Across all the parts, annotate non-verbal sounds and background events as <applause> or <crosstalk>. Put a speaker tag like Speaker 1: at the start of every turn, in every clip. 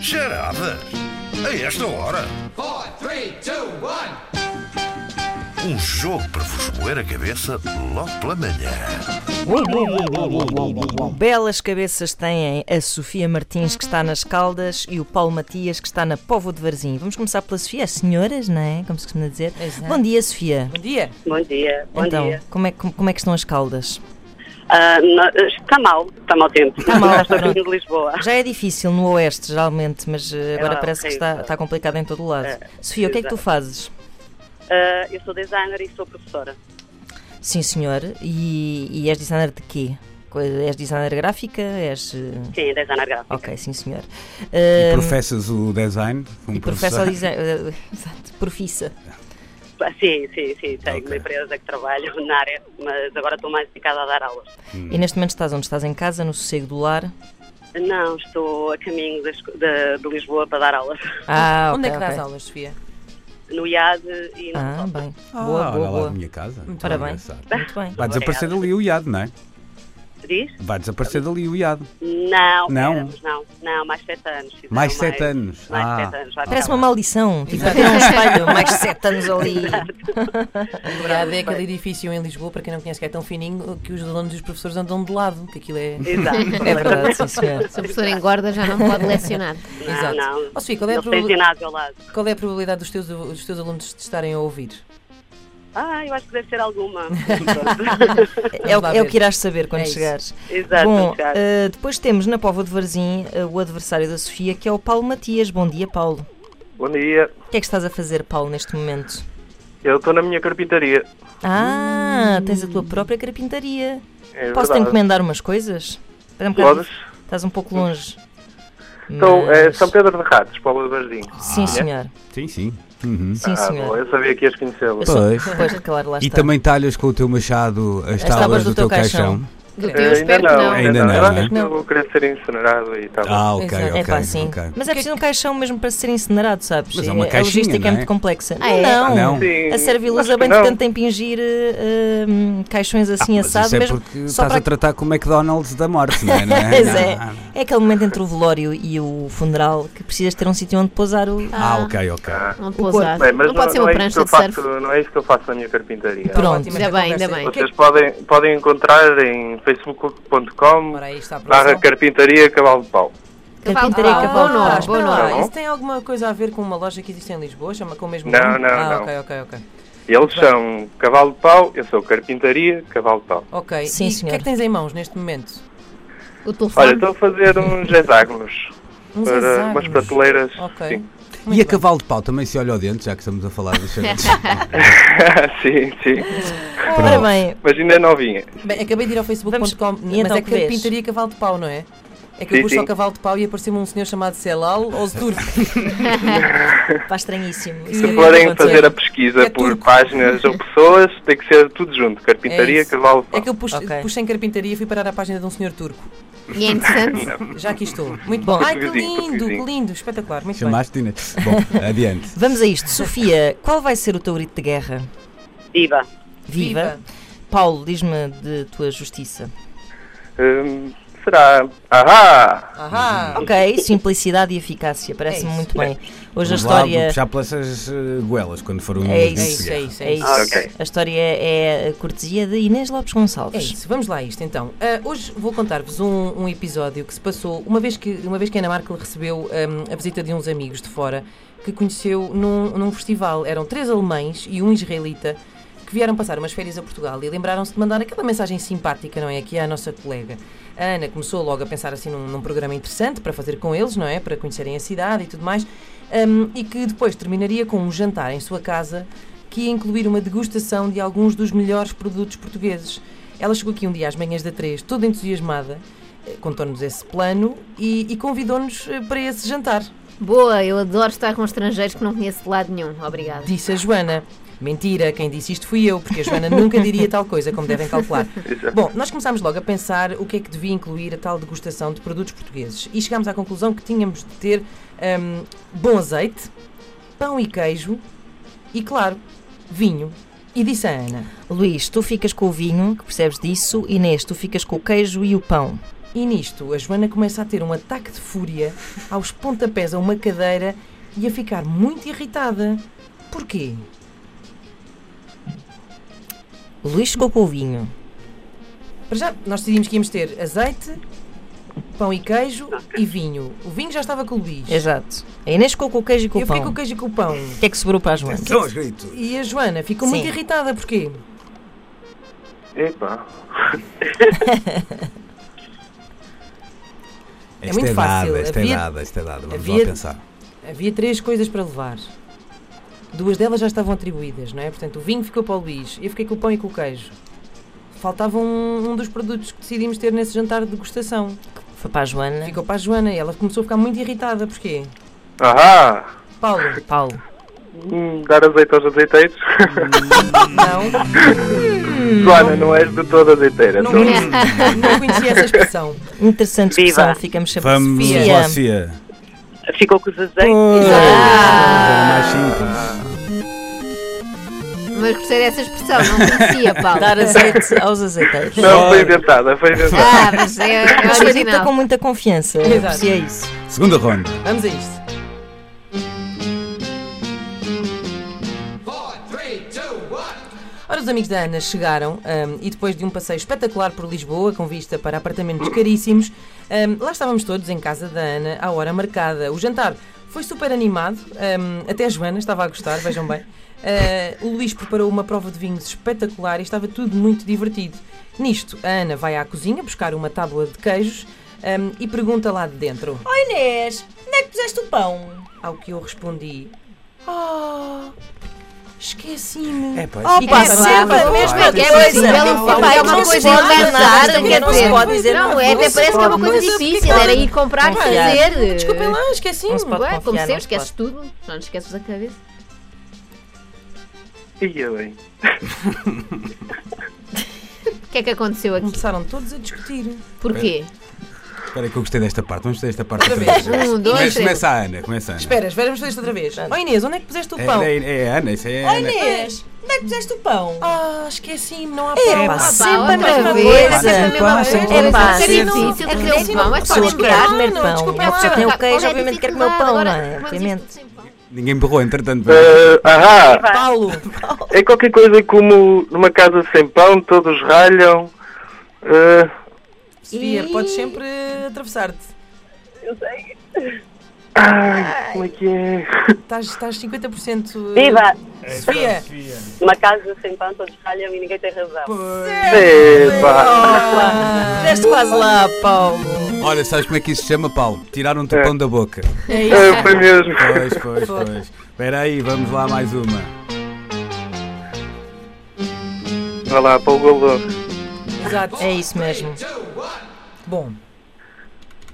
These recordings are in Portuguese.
Speaker 1: Charadas? A esta hora?
Speaker 2: four, three, two, one.
Speaker 1: Um jogo para vos moer a cabeça logo pela manhã.
Speaker 3: Belas cabeças têm a Sofia Martins, que está nas Caldas, e o Paulo Matias, que está na Povo de Varzim. Vamos começar pela Sofia, as senhoras, não é? Como se costuma dizer.
Speaker 4: Exato.
Speaker 3: Bom dia, Sofia.
Speaker 4: Bom dia.
Speaker 5: Bom dia, bom
Speaker 3: então,
Speaker 5: dia.
Speaker 3: Como, é, como, como é que estão as Caldas?
Speaker 5: Ah, no- está mal, está mau tempo. Está
Speaker 3: mal,
Speaker 5: Estou
Speaker 3: pronto.
Speaker 5: vindo de Lisboa.
Speaker 3: Já é difícil no Oeste, geralmente, mas eh, agora
Speaker 5: lá,
Speaker 3: parece que
Speaker 5: horrível.
Speaker 3: está, está complicado em todo o lado.
Speaker 5: Ah, É,
Speaker 3: Sofia, o que é que tu
Speaker 5: exato.
Speaker 3: fazes?
Speaker 5: Ah, eu sou designer e sou professora.
Speaker 3: Sim, senhor. E, e és designer de quê? Co- És designer gráfica? És. eh,
Speaker 5: Sim, designer gráfico.
Speaker 3: Ok, sim, senhor. Eh,
Speaker 6: E professas o design? como
Speaker 3: e professor
Speaker 6: professor?
Speaker 3: design. eh, <laughs> Exato, profissa.
Speaker 5: Ah, Sim, sim, sim. Tenho
Speaker 6: Ok.
Speaker 5: uma empresa que trabalho na área, mas agora estou mais dedicada a dar aulas.
Speaker 3: E neste momento estás onde? Estás em casa, no sossego do lar?
Speaker 5: Não, estou a caminho das- de, de Lisboa para dar aulas.
Speaker 3: Ah,
Speaker 4: Onde é
Speaker 3: ok,
Speaker 4: que dás
Speaker 3: ok.
Speaker 4: aulas, Sofia?
Speaker 5: No IAD e no
Speaker 3: Ah,
Speaker 5: Sol.
Speaker 3: bem.
Speaker 6: Ah,
Speaker 3: boa, boa,
Speaker 6: olha lá
Speaker 3: boa.
Speaker 6: da minha casa. Muito
Speaker 3: Parabéns.
Speaker 6: engraçado.
Speaker 3: Muito bem.
Speaker 6: Vai desaparecer dali o IAD, não é?
Speaker 5: Diz?
Speaker 6: Vai desaparecer dali o IAD.
Speaker 5: Não,
Speaker 6: Não?
Speaker 5: éramos, não. Não, mais sete anos. Fizeram
Speaker 6: Mais sete anos.
Speaker 5: Mais
Speaker 6: Ah.
Speaker 5: sete anos. vai
Speaker 3: Parece
Speaker 5: <laughs> ficar.
Speaker 3: uma maldição. Tipo, ter um
Speaker 4: <laughs>
Speaker 3: espelho mais sete anos ali.
Speaker 4: O IAD é aquele edifício em Lisboa, para quem não conhece, que é tão fininho que os alunos e os professores andam de lado, que aquilo é.
Speaker 5: Exato.
Speaker 3: <laughs> É verdade, sim, senhor.
Speaker 7: Se o professor engorda, já não pode lecionar.
Speaker 4: Exato.
Speaker 5: não.
Speaker 4: Ó, Sofia, qual é, a
Speaker 5: Não tem
Speaker 4: proba-
Speaker 5: ginásio ao lado.
Speaker 4: qual é a probabilidade dos teus, dos teus alunos te estarem a ouvir?
Speaker 5: Ah, eu acho que deve
Speaker 3: <laughs>
Speaker 5: ser alguma. Pronto.
Speaker 3: É o,
Speaker 4: lá
Speaker 3: é o
Speaker 4: ver.
Speaker 3: que irás saber quando
Speaker 4: É isso.
Speaker 3: chegares.
Speaker 5: Exato,
Speaker 3: Bom,
Speaker 5: Santiago.
Speaker 3: eh, depois temos na Póvoa de Varzim eh, o adversário da Sofia, que é o Paulo Matias. Bom dia, Paulo.
Speaker 8: Bom dia,
Speaker 3: O que é que estás a fazer, Paulo, neste momento?
Speaker 8: eu estou na minha carpintaria.
Speaker 3: Ah,
Speaker 4: Hum.
Speaker 3: tens a tua própria carpintaria. Posso
Speaker 8: É
Speaker 3: um te
Speaker 8: verdade.
Speaker 3: encomendar umas coisas? Espera um bocado,
Speaker 8: Podes?
Speaker 3: Estás um pouco longe.
Speaker 8: Então, é
Speaker 3: Mas-
Speaker 8: São Pedro de Ratos, Paulo de Barzinho.
Speaker 4: Ah,
Speaker 3: Sim, senhor.
Speaker 6: Sim, sim. Uhum.
Speaker 3: Sim,
Speaker 8: Ah, bom,
Speaker 3: senhor.
Speaker 8: eu sabia que ias conhecê-lo.
Speaker 6: Pois.
Speaker 3: Pois, claro, lá
Speaker 6: E
Speaker 3: está.
Speaker 6: também talhas com o teu machado as
Speaker 3: tábuas
Speaker 6: tábuas
Speaker 3: do
Speaker 6: do,
Speaker 3: teu
Speaker 6: teu
Speaker 3: caixão.
Speaker 6: caixão.
Speaker 7: Do teu,
Speaker 8: Eh, ainda
Speaker 7: espero que
Speaker 8: não,
Speaker 7: não.
Speaker 6: Ainda não,
Speaker 8: Eu acho
Speaker 6: né?
Speaker 8: que eu vou querer ser incinerado e tal.
Speaker 6: Ah, ok,
Speaker 4: Exato.
Speaker 6: ok.
Speaker 3: é pá, sim.
Speaker 6: ok.
Speaker 3: Mas é preciso um caixão mesmo para ser incinerado, sabes?
Speaker 6: Mas é uma
Speaker 3: a
Speaker 6: caixinha,
Speaker 3: logística
Speaker 6: não
Speaker 3: é
Speaker 6: é?
Speaker 3: muito complexa.
Speaker 7: Ah, é?
Speaker 3: Não,
Speaker 6: Não.
Speaker 8: Sim,
Speaker 3: A Servila
Speaker 8: acho que
Speaker 3: bem
Speaker 8: não.
Speaker 3: tanto tempo ingir eh, eh, caixões assim
Speaker 6: Mas
Speaker 3: assados,
Speaker 6: isso é
Speaker 3: mesmo
Speaker 6: porque
Speaker 3: só
Speaker 6: estás
Speaker 3: para
Speaker 6: a tratar com o McDonald's da
Speaker 3: <laughs>
Speaker 6: morte, não é? Não
Speaker 3: Pois é.
Speaker 6: Não.
Speaker 3: É aquele momento entre o velório e o funeral que precisas ter um sítio onde pousar o.
Speaker 6: Ah, ok, ok.
Speaker 7: Não pousado.
Speaker 8: Bem, mas
Speaker 7: não pode ser
Speaker 8: não
Speaker 7: uma
Speaker 8: é
Speaker 7: prancha
Speaker 8: isso que eu
Speaker 7: de surf.
Speaker 8: faço- Não é isso que eu faço na minha carpintaria.
Speaker 3: Pronto.
Speaker 4: Ótima
Speaker 7: Ainda
Speaker 4: esta
Speaker 7: bem, ainda
Speaker 4: conversa.
Speaker 7: bem.
Speaker 8: Vocês podem, podem encontrar em facebook.com
Speaker 4: Ora, aí está a
Speaker 8: barra
Speaker 4: produção.
Speaker 8: carpintaria cavalo de pau.
Speaker 7: Cavalo de
Speaker 3: Carpintaria
Speaker 7: pau,
Speaker 3: Cavalo
Speaker 7: bom
Speaker 3: de
Speaker 4: Ah,
Speaker 7: nome,
Speaker 4: espera
Speaker 7: bom
Speaker 4: lá,
Speaker 7: nome.
Speaker 8: Tá bom.
Speaker 4: Isso tem alguma coisa a ver com uma loja que existe em Lisboa? Chama com o mesmo
Speaker 8: Não,
Speaker 4: nome?
Speaker 8: não,
Speaker 4: ah,
Speaker 8: não.
Speaker 4: ok, ok, ok.
Speaker 8: E eles são cavalo de pau, eu sou carpintaria, cavalo de pau.
Speaker 4: Ok.
Speaker 3: Sim,
Speaker 4: e o
Speaker 3: senhor.
Speaker 4: que é que tens em mãos neste momento?
Speaker 7: O
Speaker 8: Olha,
Speaker 7: telefone.
Speaker 8: estou a fazer uns hexágonos
Speaker 4: Uns
Speaker 8: para umas
Speaker 4: hexágonos.
Speaker 8: prateleiras.
Speaker 4: Ok.
Speaker 8: Sim. <laughs>
Speaker 6: E a cavalo de pau também se olha ao dente, já que estamos a falar
Speaker 3: <laughs>
Speaker 6: dos cheiros.
Speaker 8: sim, sim.
Speaker 3: Ora bem,
Speaker 8: Mas ainda é novinha.
Speaker 4: Bem, acabei de ir ao facebook.com,
Speaker 3: Vamos-
Speaker 4: mas
Speaker 3: e então
Speaker 4: é
Speaker 3: que vês?
Speaker 4: carpintaria cavalo de pau, não é? É que eu
Speaker 8: Sim,
Speaker 4: pus ao
Speaker 8: sim.
Speaker 4: cavalo de pau e apareceu-me um senhor chamado Celal Osdur.
Speaker 3: pá, estranhíssimo. Isso
Speaker 8: Se
Speaker 3: devia
Speaker 8: forem
Speaker 3: acontecer.
Speaker 8: fazer a pesquisa
Speaker 4: É
Speaker 8: por
Speaker 4: turco.
Speaker 8: páginas ou pessoas, tem que ser tudo junto. Carpintaria,
Speaker 4: É isso.
Speaker 8: cavalo de pau.
Speaker 4: É que eu pus,
Speaker 3: Ok.
Speaker 4: puxei em carpintaria e fui parar à página de um senhor turco.
Speaker 7: E é interessante.
Speaker 4: Já aqui estou. Muito bom. Ai, que
Speaker 8: Portuguesinho,
Speaker 4: lindo, que
Speaker 8: portuguesinho.
Speaker 4: lindo. Espetacular. Muito bem.
Speaker 6: Chamaste-te, né? Bom,
Speaker 3: <laughs>
Speaker 6: adiante.
Speaker 3: Vamos a isto. Sofia, qual vai ser o teu grito de guerra?
Speaker 5: Diva.
Speaker 3: Viva. Paulo, diz-me de tua justiça.
Speaker 8: Hum, será? Ahá!
Speaker 4: Ahá.
Speaker 3: Ok, simplicidade e eficácia, parece-me
Speaker 4: É isso.
Speaker 3: muito bem. Hoje a
Speaker 6: Vamos lá, vou
Speaker 3: história.
Speaker 6: puxar pelas eh, goelas quando for um
Speaker 3: É
Speaker 4: É
Speaker 3: isso.
Speaker 4: isso, é isso,
Speaker 3: É
Speaker 4: é isso.
Speaker 3: isso.
Speaker 8: Ok.
Speaker 3: A história é a cortesia de Inês Lopes
Speaker 4: É
Speaker 3: Gonçalves.
Speaker 4: isso, vamos lá a isto então. Ah, hoje vou contar-vos um, um episódio que se passou uma vez que, uma vez que a Ana Markel recebeu ahm, a visita de uns amigos de fora que conheceu num, num festival. Eram três alemães e um israelita que vieram passar umas férias a Portugal e lembraram-se de mandar aquela mensagem simpática, não é? Aqui à nossa colega. A Ana começou logo a pensar assim num, num programa interessante para fazer com eles, não é? Para conhecerem a cidade e tudo mais. ahm, e que depois terminaria com um jantar em sua casa que ia incluir uma degustação de alguns dos melhores produtos portugueses. Ela chegou aqui um dia às manhãs da 3, toda entusiasmada, eh, contou-nos esse plano e, e convidou-nos eh, para esse jantar,
Speaker 7: Boa, eu adoro estar com estrangeiros que não conheço de lado nenhum. Obrigada.
Speaker 4: disse a Joana. Mentira, quem disse isto fui eu, porque a Joana nunca diria tal coisa, como devem calcular. Bom, nós começámos logo a pensar o que é que devia incluir a tal degustação de produtos portugueses e chegámos à conclusão que tínhamos de ter hum, bom azeite, pão e queijo e, claro, vinho. E disse a Ana:
Speaker 3: Luís, tu ficas com o vinho, que percebes disso. Inês, tu ficas com o queijo e o pão.
Speaker 4: E nisto, a Joana começa a ter um ataque de fúria, aos pontapés a uma cadeira e a ficar muito irritada. Porquê?
Speaker 3: O Luís chegou com o vinho.
Speaker 4: Para já, nós decidimos que íamos ter azeite, pão e queijo e vinho. O vinho já estava com o Luís.
Speaker 3: Exato. A Inês ficou com o queijo e É com
Speaker 4: Eu
Speaker 3: o pão.
Speaker 4: fiquei com o queijo e com o pão.
Speaker 3: O que é que sobrou para a Joana?
Speaker 6: São os gritos.
Speaker 4: E a Joana ficou muito
Speaker 3: Sim.
Speaker 4: irritada, porquê?
Speaker 8: Epá,
Speaker 4: É
Speaker 6: Esta
Speaker 4: muito
Speaker 6: é
Speaker 4: fácil.
Speaker 6: dada, esta é
Speaker 4: Havia-
Speaker 6: dada, esta é dada. Vamos
Speaker 4: havia-
Speaker 6: lá pensar.
Speaker 4: Havia três coisas para levar. Duas delas já estavam atribuídas, não é? Portanto, o vinho ficou para o Luís, eu fiquei com o pão e com o queijo. Faltava um, um dos produtos que decidimos ter nesse jantar de degustação.
Speaker 3: Foi para a Joana.
Speaker 4: Ficou para a Joana e ela começou a ficar muito irritada. Porquê?
Speaker 8: ahá,
Speaker 4: Paulo,
Speaker 3: Paulo.
Speaker 8: Hum, dar azeite aos azeiteiros.
Speaker 4: não,
Speaker 8: <laughs> Joana, não és de toda azeiteira.
Speaker 4: não,
Speaker 8: então.
Speaker 4: conhecia, não conhecia essa expressão.
Speaker 3: Interessante
Speaker 5: Viva.
Speaker 3: discussão. Ficamos sempre
Speaker 6: Vamos,
Speaker 3: Sofia.
Speaker 6: Sofia.
Speaker 5: Ficou com os azeites.
Speaker 6: Pois,
Speaker 7: Ah,
Speaker 6: era É mais
Speaker 7: Mas gostei dessa expressão, não conhecia, Paulo.
Speaker 3: Dar azeite aos azeiteiros.
Speaker 8: Não, foi inventada,
Speaker 7: <laughs>
Speaker 8: foi inventada.
Speaker 7: Ah, mas é, é
Speaker 3: Mas foi dita com
Speaker 7: original.
Speaker 3: muita confiança. Eu
Speaker 4: Exato.
Speaker 3: Aprecia isso.
Speaker 6: simples. Segunda ronda.
Speaker 4: Vamos a isto.
Speaker 2: Four, three, two, one.
Speaker 4: Ora, os amigos da Ana chegaram ahm, e depois de um passeio espetacular por Lisboa, com vista para apartamentos caríssimos, ahm, lá estávamos todos em casa da Ana à hora marcada. O jantar foi super animado, ahm, até a Joana estava a gostar, vejam bem. Ah, o Luís preparou uma prova de vinhos espetacular e estava tudo muito divertido. Nisto, a Ana vai à cozinha buscar uma tábua de queijos ahm, e pergunta lá de dentro.
Speaker 3: Oh Inês, onde é que puseste o pão?
Speaker 4: Ao que eu respondi: Oh, esqueci-me.
Speaker 6: É, pá,
Speaker 3: Oh
Speaker 4: E
Speaker 3: pá,
Speaker 4: que
Speaker 3: sempre
Speaker 4: palavra.
Speaker 3: a mesma
Speaker 7: Claro, é
Speaker 3: coisa.
Speaker 7: possível, pá, é uma
Speaker 3: Não se
Speaker 7: coisa
Speaker 3: pode
Speaker 7: engraçada,
Speaker 3: nada,
Speaker 7: quer
Speaker 3: ninguém não se
Speaker 7: dizer.
Speaker 3: pode dizer.
Speaker 7: Não, é, até
Speaker 3: se
Speaker 7: parece que é uma
Speaker 3: pode.
Speaker 7: coisa difícil. Era ir comprar,
Speaker 3: Confiar.
Speaker 7: fazer.
Speaker 4: Desculpem lá, esqueci-me.
Speaker 3: Não se pode
Speaker 7: Ué,
Speaker 3: confiar,
Speaker 7: como
Speaker 3: não
Speaker 7: sempre,
Speaker 3: se
Speaker 7: esqueces tudo. Não te esqueces da cabeça.
Speaker 8: Ia bem.
Speaker 7: O que é que aconteceu aqui?
Speaker 4: Começaram todos a discutir.
Speaker 7: Porquê?
Speaker 6: Espera aí que eu gostei desta parte. Vamos ter esta parte
Speaker 4: Outra
Speaker 6: outra vez.
Speaker 4: vez.
Speaker 7: Um, dois,
Speaker 6: Mas
Speaker 7: três.
Speaker 6: começa a Ana, começa a Ana.
Speaker 4: Espera, espera, vamos fazer isto outra vez. Ó Inês, onde é que puseste o
Speaker 6: É,
Speaker 4: pão?
Speaker 6: é, é Ana, isso é Ana.
Speaker 3: Inês, onde é que puseste o pão?
Speaker 4: Ah, esqueci-me, não há
Speaker 3: É
Speaker 4: pão.
Speaker 3: pá,
Speaker 4: Ah,
Speaker 7: pá,
Speaker 3: sempre a
Speaker 7: outra
Speaker 3: mesma
Speaker 7: vez,
Speaker 3: coisa.
Speaker 7: é sempre a mesma
Speaker 6: Pá, sempre
Speaker 7: coisa.
Speaker 3: É pá,
Speaker 7: É
Speaker 3: sempre
Speaker 7: difícil
Speaker 3: isso.
Speaker 7: fazer o pão, é só
Speaker 3: A pessoa quer
Speaker 7: lembrar.
Speaker 3: comer
Speaker 4: Não,
Speaker 3: pão.
Speaker 4: desculpa
Speaker 3: A pessoa
Speaker 4: lá.
Speaker 3: tem o
Speaker 7: Qual
Speaker 3: queijo,
Speaker 7: é a
Speaker 3: obviamente quer comer o pão,
Speaker 7: dificuldade?
Speaker 3: não
Speaker 7: Agora
Speaker 3: é?
Speaker 7: comemos
Speaker 3: Obviamente.
Speaker 7: isto tudo sem pão.
Speaker 6: Ninguém borrou, entretanto.
Speaker 8: Eh, ahá,
Speaker 4: Paulo,
Speaker 8: é qualquer coisa como numa casa sem pão, todos ralham. Eh,
Speaker 4: Sofia, podes sempre atravessar-te.
Speaker 8: ai, como é que é?
Speaker 4: Estás, estás 50%. eh,
Speaker 5: Viva!
Speaker 4: Sofia!
Speaker 5: Uma casa sem pão, todos ralham e ninguém tem razão.
Speaker 8: É, Epá.
Speaker 3: Estiveste quase lá, Paulo.
Speaker 6: Olha, sabes como é que isso se chama, Paulo? Tiraram um tapão da boca.
Speaker 8: É, foi mesmo.
Speaker 6: Pois, pois, pois. Espera aí, vamos lá mais uma.
Speaker 8: Vai lá, para o golo.
Speaker 4: Exato.
Speaker 3: É isso mesmo.
Speaker 4: Bom,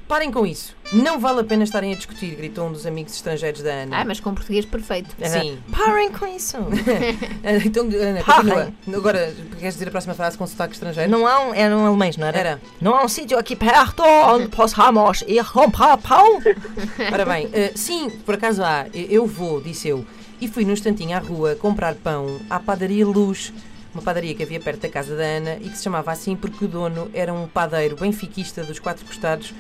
Speaker 4: parem com isso. Não vale a pena estarem a discutir, gritou um dos amigos estrangeiros da Ana.
Speaker 7: Ah, mas com português perfeito.
Speaker 4: Sim.
Speaker 3: Parem com isso.
Speaker 4: Ah, Então, Ana,
Speaker 3: Parem.
Speaker 4: continua. Agora, queres dizer a próxima frase com sotaque
Speaker 3: <laughs>
Speaker 4: estrangeiro?
Speaker 3: Não há um. Eram alemães, não era?
Speaker 4: Era.
Speaker 3: Não há um sítio aqui perto onde possamos ir comprar pão?
Speaker 4: Ora bem, eh, sim, por acaso há, eu- eu vou, disse eu, e fui num instantinho à rua comprar pão à padaria Luz, uma padaria que havia perto da casa da Ana e que se chamava assim porque o dono era um padeiro benfiquista dos quatro costados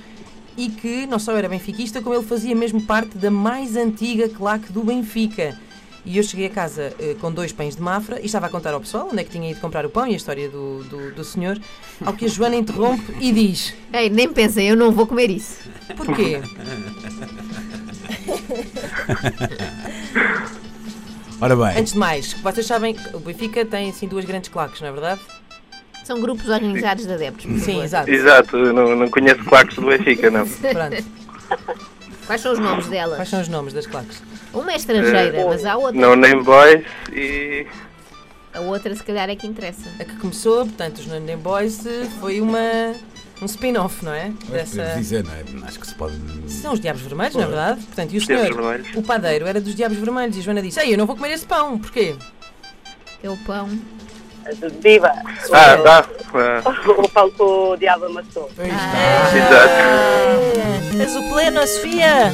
Speaker 4: e que não só era benfiquista, como ele fazia mesmo parte da mais antiga claque do Benfica. E eu cheguei a casa eh, com dois pães de mafra e estava a contar ao pessoal onde é que tinha ido comprar o pão e a história do, do, do senhor, ao que a Joana interrompe e diz:
Speaker 3: É.
Speaker 7: Ei, nem pensem, eu não vou comer isso.
Speaker 8: <laughs>
Speaker 4: Porquê?
Speaker 6: Ora bem,
Speaker 4: Antes de mais, vocês sabem que o Benfica tem assim duas grandes claques, não é verdade?
Speaker 7: São grupos organizados de adeptos. por
Speaker 4: Sim,
Speaker 7: favor.
Speaker 4: exato.
Speaker 8: Exato, eu não, não conheço claques do Benfica, não.
Speaker 4: Pronto.
Speaker 7: Quais são os
Speaker 4: Quais
Speaker 7: nomes delas?
Speaker 4: são os nomes das claques?
Speaker 7: Uma é estrangeira, mas há outra.
Speaker 8: Não nem boys e.
Speaker 7: A outra, se calhar, é que interessa.
Speaker 4: A que começou, portanto, os Nandem Boys eh, foi uma um spin-off, não é?
Speaker 6: podemos dizer, não é? Acho que se pode.
Speaker 4: São os Diabos Vermelhos, não é verdade? Portanto, e o
Speaker 8: Diabos
Speaker 4: senhor,
Speaker 8: Vermelhos.
Speaker 4: o padeiro, era dos Diabos Vermelhos e a Joana disse: Ei, eu não vou comer esse pão, porquê?
Speaker 7: É o pão.
Speaker 5: Viva!
Speaker 8: Ah, tá.
Speaker 5: <laughs>
Speaker 8: Ah,
Speaker 5: O pão que o diabo amassou.
Speaker 8: exato.
Speaker 3: <laughs> É És o pleno, a Sofia.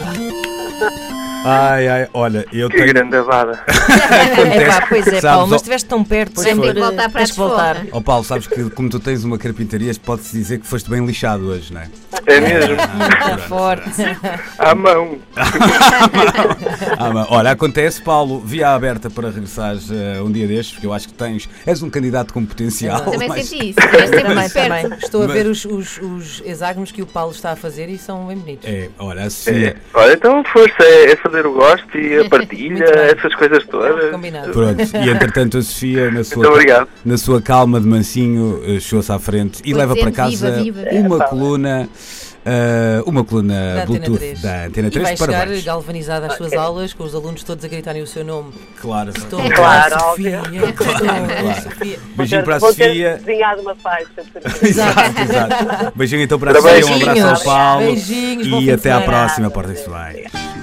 Speaker 6: Ai, ai, olha, eu
Speaker 8: Que
Speaker 6: tenho.
Speaker 8: grande abada.
Speaker 3: É pá, pois é,
Speaker 6: Sabes,
Speaker 3: Paulo, mas
Speaker 6: ó-
Speaker 3: estiveste tão perto,
Speaker 6: Pois
Speaker 3: sempre
Speaker 6: foi.
Speaker 7: Tem que voltar para a
Speaker 3: tens que voltar.
Speaker 7: desforra.
Speaker 6: Ó Paulo, sabes que como tu tens uma carpintaria, pode-se dizer que foste bem lixado hoje, não é?
Speaker 8: É mesmo?
Speaker 3: Muito forte.
Speaker 8: À mão.
Speaker 6: Ah, mas, olha, acontece, Paulo, via aberta para regressares eh, um dia destes, porque eu acho que tens. És um candidato com potencial.
Speaker 7: Também
Speaker 6: mas-
Speaker 7: senti isso. Mas sempre
Speaker 3: Também,
Speaker 7: muito perto.
Speaker 3: também.
Speaker 4: Estou a
Speaker 6: Mas-
Speaker 4: ver os, os, os hexágonos que o Paulo está a fazer e são bem bonitos.
Speaker 6: É, olha, a
Speaker 8: É.
Speaker 6: Sofia.
Speaker 8: Olha, então força, é, é fazer o gosto e a partilha,
Speaker 4: <laughs> Muito bem.
Speaker 8: essas coisas todas.
Speaker 4: Combinado.
Speaker 6: Pronto, e entretanto a Sofia, na sua,
Speaker 8: Muito obrigado.
Speaker 6: na sua calma de mansinho, eh, chegou-se à frente e
Speaker 7: Pois
Speaker 6: leva para
Speaker 7: dizemos,
Speaker 6: casa
Speaker 7: viva, viva.
Speaker 8: É,
Speaker 6: uma coluna, eh, uma coluna
Speaker 4: Da Antena
Speaker 6: Bluetooth
Speaker 4: 3.
Speaker 6: da Antena
Speaker 4: E
Speaker 6: 3.
Speaker 4: vai chegar
Speaker 6: Parabéns.
Speaker 4: galvanizada às
Speaker 3: Ah, é.
Speaker 4: suas aulas, com os alunos todos a gritarem o
Speaker 3: <laughs>
Speaker 4: seu nome. é.
Speaker 6: Claro,
Speaker 4: Estou
Speaker 6: claro.
Speaker 5: Claro,
Speaker 4: Sofia.
Speaker 5: óbvio.
Speaker 4: estou-
Speaker 6: Claro.
Speaker 4: <laughs> Sofia.
Speaker 6: Beijinho para a
Speaker 5: Vou ter
Speaker 6: Sofia.
Speaker 5: desenhado uma faixa. <laughs> porque-
Speaker 6: Exato, exato. Beijinho então para a
Speaker 8: Parabéns.
Speaker 6: Sofia, um abraço ao
Speaker 4: Beijinhos.
Speaker 6: Paulo
Speaker 4: Beijinhos, bom fim
Speaker 6: e
Speaker 4: de
Speaker 6: até à
Speaker 4: semana.
Speaker 6: próxima, portem-se bem.